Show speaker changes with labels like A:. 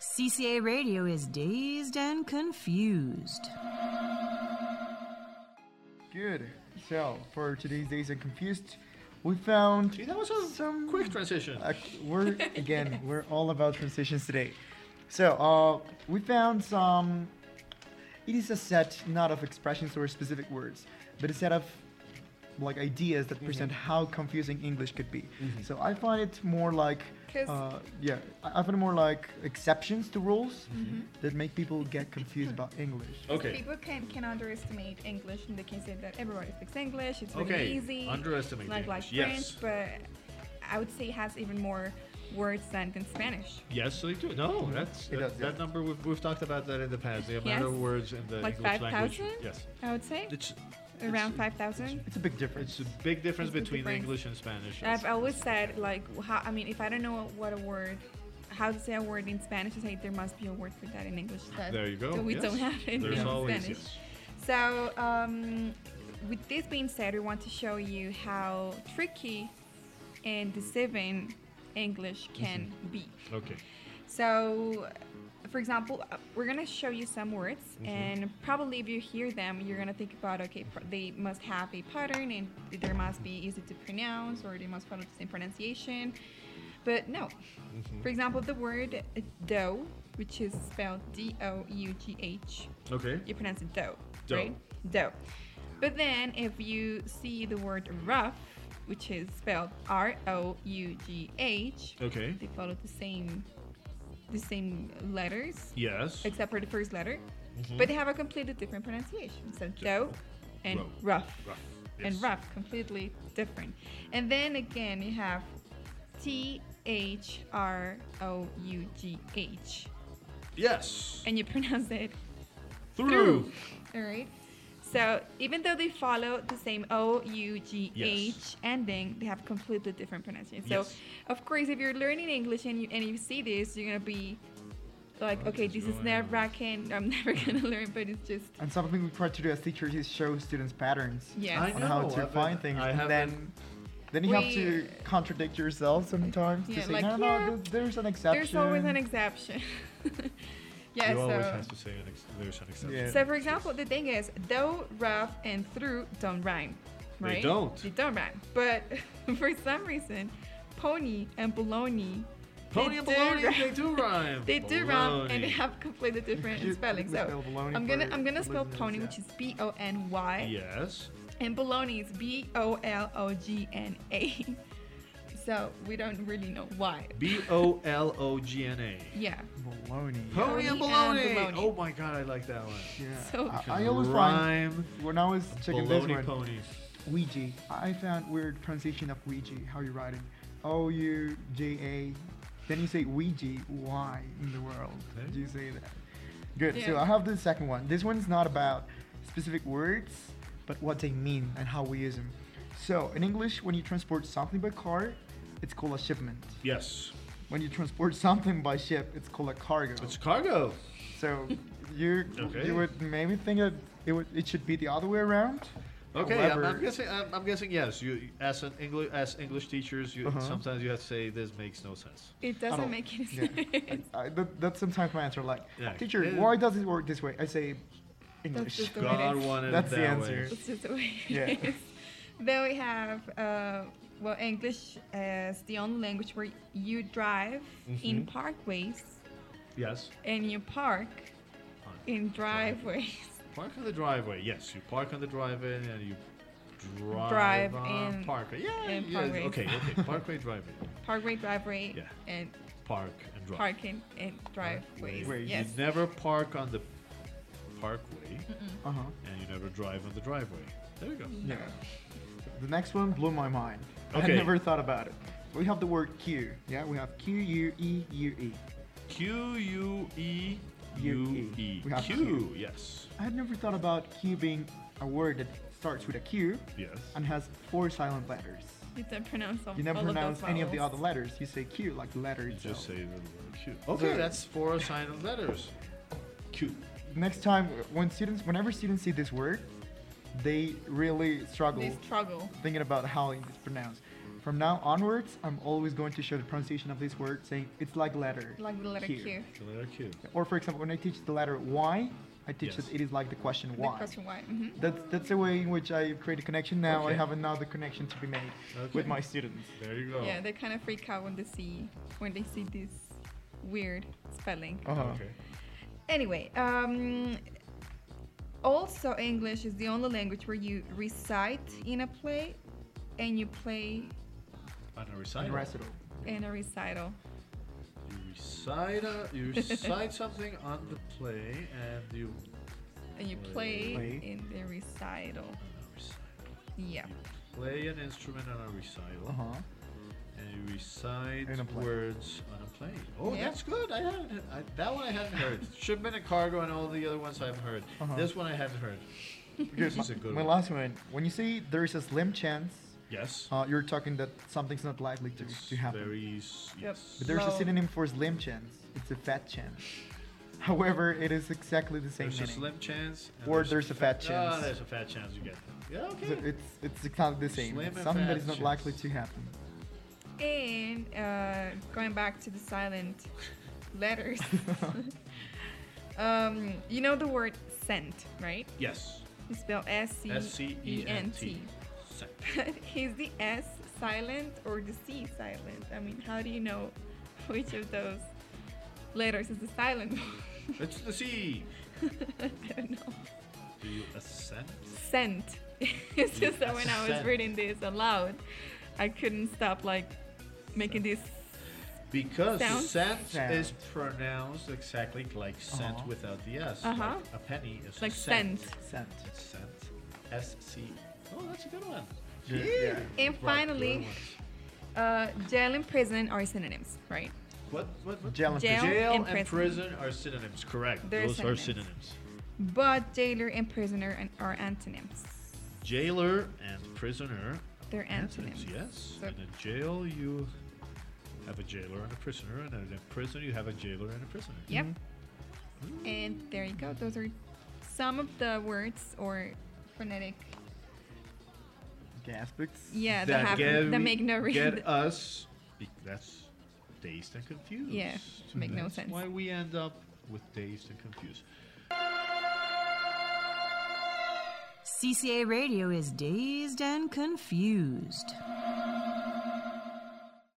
A: CCA Radio is dazed and confused.
B: Good. So for today's days and confused, we found
C: Gee, that was a
B: some
C: quick transition.
B: Uh, we're again, we're all about transitions today. So uh, we found some. It is a set not of expressions or specific words, but a set of like ideas that present
C: Mm-hmm.
B: how confusing English could be. So I find it more like.
D: 'Cause-
B: Uh, yeah, I I find it more like exceptions to rules
C: Mm-hmm.
B: that make people get confused about English.
C: Okay.
D: People can, can underestimate English and they can say that everybody speaks English, it's really
C: Okay.
D: easy.
C: Underestimate
D: Not like
C: English. Yes.
D: French, but I would say it has even more words than, than Spanish.
C: Yes, they do. No, that's
B: It
C: that,
B: does,
C: that
B: yeah.
C: number we've, we've talked about that in the past. The amount
D: Yes.
C: of words in the
D: Like
C: English language.
D: 5,000?
C: Yes.
D: I would say
C: It's
D: around 5,000.
B: It's a big difference.
C: it's a big difference
D: It's a
C: between
D: difference.
C: English and Spanish.
D: I've always said, like, how, I mean, if I don't know what a word, how to say a word in Spanish, I say there must be a word for that in English. But
C: there you go.
D: So we
C: yes.
D: don't have it
C: There's
D: in
C: always
D: Spanish.
C: yes.
D: So, um, with this being said, we want to show you how tricky and deceiving English can be.
C: Okay.
D: So, for example, uh, we're gonna show you some words, and probably if you hear them, you're gonna think about okay, pr- they must have a pattern, and they must be easy to pronounce, or they must follow the same pronunciation. But no. For example, the word uh, dough, which is spelled D-O-U-G-H,
C: Okay.
D: you pronounce it dough,
C: Dough.
D: right? Dough. But then if you see the word rough, which is spelled R-O-U-G-H,
C: Okay.
D: they follow the same the same letters
C: Yes. Mm-hmm.
D: except for the first letter but they have a completely different pronunciation so dough and
C: Row.
D: rough
C: Rough.
D: and
C: Yes.
D: rough completely different and then again you have t-h-r-o-u-g-h
C: Yes.
D: and you pronounce it
C: Through.
D: all right so even though they follow the same O U G H
C: Yes.
D: ending, they have completely different pronunciation. So,
C: Yes.
D: of course, if you're learning English and you and you see this, you're gonna be like,
C: What
D: okay,
C: is
D: this is
C: going
D: nerve
C: on?"
D: wracking. I'm never gonna learn, but it's just
B: And something we try to do as teachers is show students patterns.
D: yes.
C: I
B: on how
C: know,
B: to
C: I've
B: find
C: been-
B: things.
C: I
B: and
C: have
B: then, then you have
D: We-
B: to contradict yourself sometimes
D: Yeah,
B: to say,
D: like,
B: no, no,
D: yeah,
B: th- there's an exception.
D: There's always an exception. yeah.
C: you always
D: so.
C: have to say an ex- there's an exception.
B: Yeah.
D: So, for example, the thing is, though rough and through don't rhyme,
C: They
D: right?
C: don't.
D: They don't rhyme. But for some reason, pony and baloney.
C: Pony and
D: do
C: baloney,
D: rhyme.
C: they do rhyme.
D: They do rhyme, and they
C: Baloney.
D: have completely different
B: You-
D: spelling.
B: we spell
D: So
B: baloney
D: I'm gonna
B: for
D: I'm gonna spell
B: listeners,
D: pony,
B: yeah.
D: which is B O N Y,
C: Yes.
D: and baloney is B O L O G N A. So we don't really know why.
C: B O L O G N A.
D: yeah.
B: Baloney.
C: Pony and
D: and
C: baloney.
D: baloney.
C: Oh my god, I like that one.
B: Yeah.
D: So-
B: I,
C: Can
B: I always find,
C: rhyme
B: when I was checking this
C: baloney
B: one,
C: pony.
B: Ouija, I found weird pronunciation of Ouija, how you write it. O-U-J-A. Then you say Ouija, why in the world
C: Okay.
B: do you say that? Good, so
D: Yeah.
B: I have the second one. This one's not about specific words, but what they mean and how we use them. So in English, when you transport something by car, it's called a shipment.
C: Yes.
B: When you transport something by ship, it's called a cargo.
C: It's cargo.
B: So you
C: Okay.
B: you would maybe think that it would it should be the other way around.
C: Okay, I'm,
B: However-
C: I'm guessing. I'm, I'm guessing yes. You, as an English, as English teachers, you
B: Uh-huh.
C: sometimes you have to say this makes no sense.
D: It
B: I
D: doesn't
B: don't-
D: make any
B: yeah.
D: sense.
B: I, that, that's sometimes my answer. Like,
C: Yeah.
B: teacher,
C: Yeah.
B: why does it work this way? I say
D: That's
B: English.
D: just the way
C: God
D: it is.
C: wanted
B: That's
C: it
B: the
C: that
B: answer.
C: way.
D: It's just the way it
B: Yeah.
D: is. Then we have, uh, well, English as the only language where you drive in
B: Mm-hmm.
D: parkways
C: Yes.
D: and you park in driveways.
C: Park on the driveway. Yes, you park on the driveway and you drive,
D: Drive
C: on
D: in-
C: parkway. Yeah.
D: in
C: yeah,
D: parkway.
C: Okay. Okay. Parkway driveway.
D: Parkway, driveway,
C: Yeah.
D: and
C: Park and drive.
D: parking and driveways.
B: Wait, you
D: yes.
C: You never park on the parkway
B: Uh huh.
C: and you never drive on the driveway. There you go.
B: Yeah. The next one blew my mind. I
C: Okay.
B: never thought about it. We have the word Q. Yeah, we have Q U E U E.
C: Q U E
B: U
C: U
B: E.
C: E.
B: We have
C: Q. Yes.
B: I had never thought about Q being a word that starts with a Q
C: Yes.
B: and has four silent letters.
D: You don't pronounce all,
B: You never
D: all
B: pronounce
D: of those
B: any of the
D: vowels.
B: other letters. You say Q like the letter
C: You
B: itself.
C: just say the word Q. Okay,
B: So-
C: that's four silent letters. Q.
B: next time when students whenever students see this word they really struggle
D: They struggle.
B: thinking about how it's pronounced From now onwards, I'm always going to show the pronunciation of this word, saying it's like letter.
D: Like the letter
B: here.
D: Q.
C: The letter Q.
B: Or for example, when I teach the letter Y, I teach
C: Yes.
B: that it is like the question
D: The
B: why.
D: question why. mhm.
B: That's that's the way in which I create a connection. Now I
C: Okay.
B: have another connection to be made with
C: Okay.
B: my students.
C: There you
B: Oh.
C: go.
D: Yeah, they kind of freak out when they see when they see this weird spelling.
B: Uh-huh.
C: Okay.
D: Anyway, um, also English is the only language where you recite in a play, and you play
C: And a
B: And
C: recital.
B: recital.
D: in a recital.
C: You recite, a, you recite something on the play, and you
D: And you play,
B: Play.
D: in the recital.
C: on a recital.
D: Yeah.
C: You play an instrument on a recital,
B: Uh huh.
C: and you recite
B: In a play.
C: words on a play. Oh,
D: Yeah.
C: that's good. I haven't he- I, that one I haven't heard. Shipment and cargo and all the other ones I've heard.
B: Uh-huh.
C: This one I haven't heard. this is a good
B: My
C: one.
B: last one. When you say there is a slim chance,
C: yes,
B: uh, you're talking that something's not likely to,
C: it's
B: to happen.
C: very s-
D: Yep.
C: yes.
B: But there's a
D: Slow.
B: synonym for slim chance. It's a fat chance. However, it is exactly the same
C: There's a
B: meaning.
C: slim chance. and
B: Or there's a fat
C: Ah,
B: chance.
C: there's a fat chance you get that. Yeah, okay.
B: So it's it's exactly the same.
C: Slim
B: It's
C: and
B: something that
C: fat
B: is not
C: chance.
B: likely to happen.
D: And uh, going back to the silent letters, um, you know the word scent, right?
C: yes.
D: You spell S C
C: S C E N T.
D: Is the S silent or the C silent? I mean, how do you know which of those letters is the silent one?
C: It's the C.
D: I don't know.
C: Do you ascend?
D: Scent. it's
C: You
D: just that when I was
C: scent.
D: reading this aloud, I couldn't stop like making this.
C: Because
D: Sound?
C: cent
B: Sound.
C: is pronounced exactly like cent
B: Uh-huh.
C: without the S.
D: Uh-huh.
C: Like a penny is
D: Like
C: cent.
D: cent.
B: Scent.
C: Cent. S C. Oh, that's a good one.
B: Yeah,
C: Gee.
B: yeah.
D: And
C: Right, good
D: finally,
C: ones.
D: uh, jail and prison are synonyms, right?
C: what? What? what?
B: Jail and
D: Jail.
B: prison.
C: Jail
D: and
C: and,
D: prison.
C: prison. are synonyms. Correct.
D: They're
C: Those are
D: synonyms.
C: synonyms.
D: But jailer and prisoner an- are antonyms.
C: Jailer and prisoner.
D: They're antonyms.
C: Antonyms. Yes.
D: So-
C: In a jail, you have a jailer and a prisoner, and in a prison, you have a jailer and a prisoner.
D: Yep.
C: Mm-hmm.
D: And there you go. Those are some of the words or phonetic.
B: The aspects.
D: Yeah, that, have
C: get me-
D: that make no reason.
C: Get us. be- That's dazed and confused.
D: Yeah, make no
C: That's
D: sense.
C: Why we end up with dazed and confused.
A: CCA Radio is dazed and confused.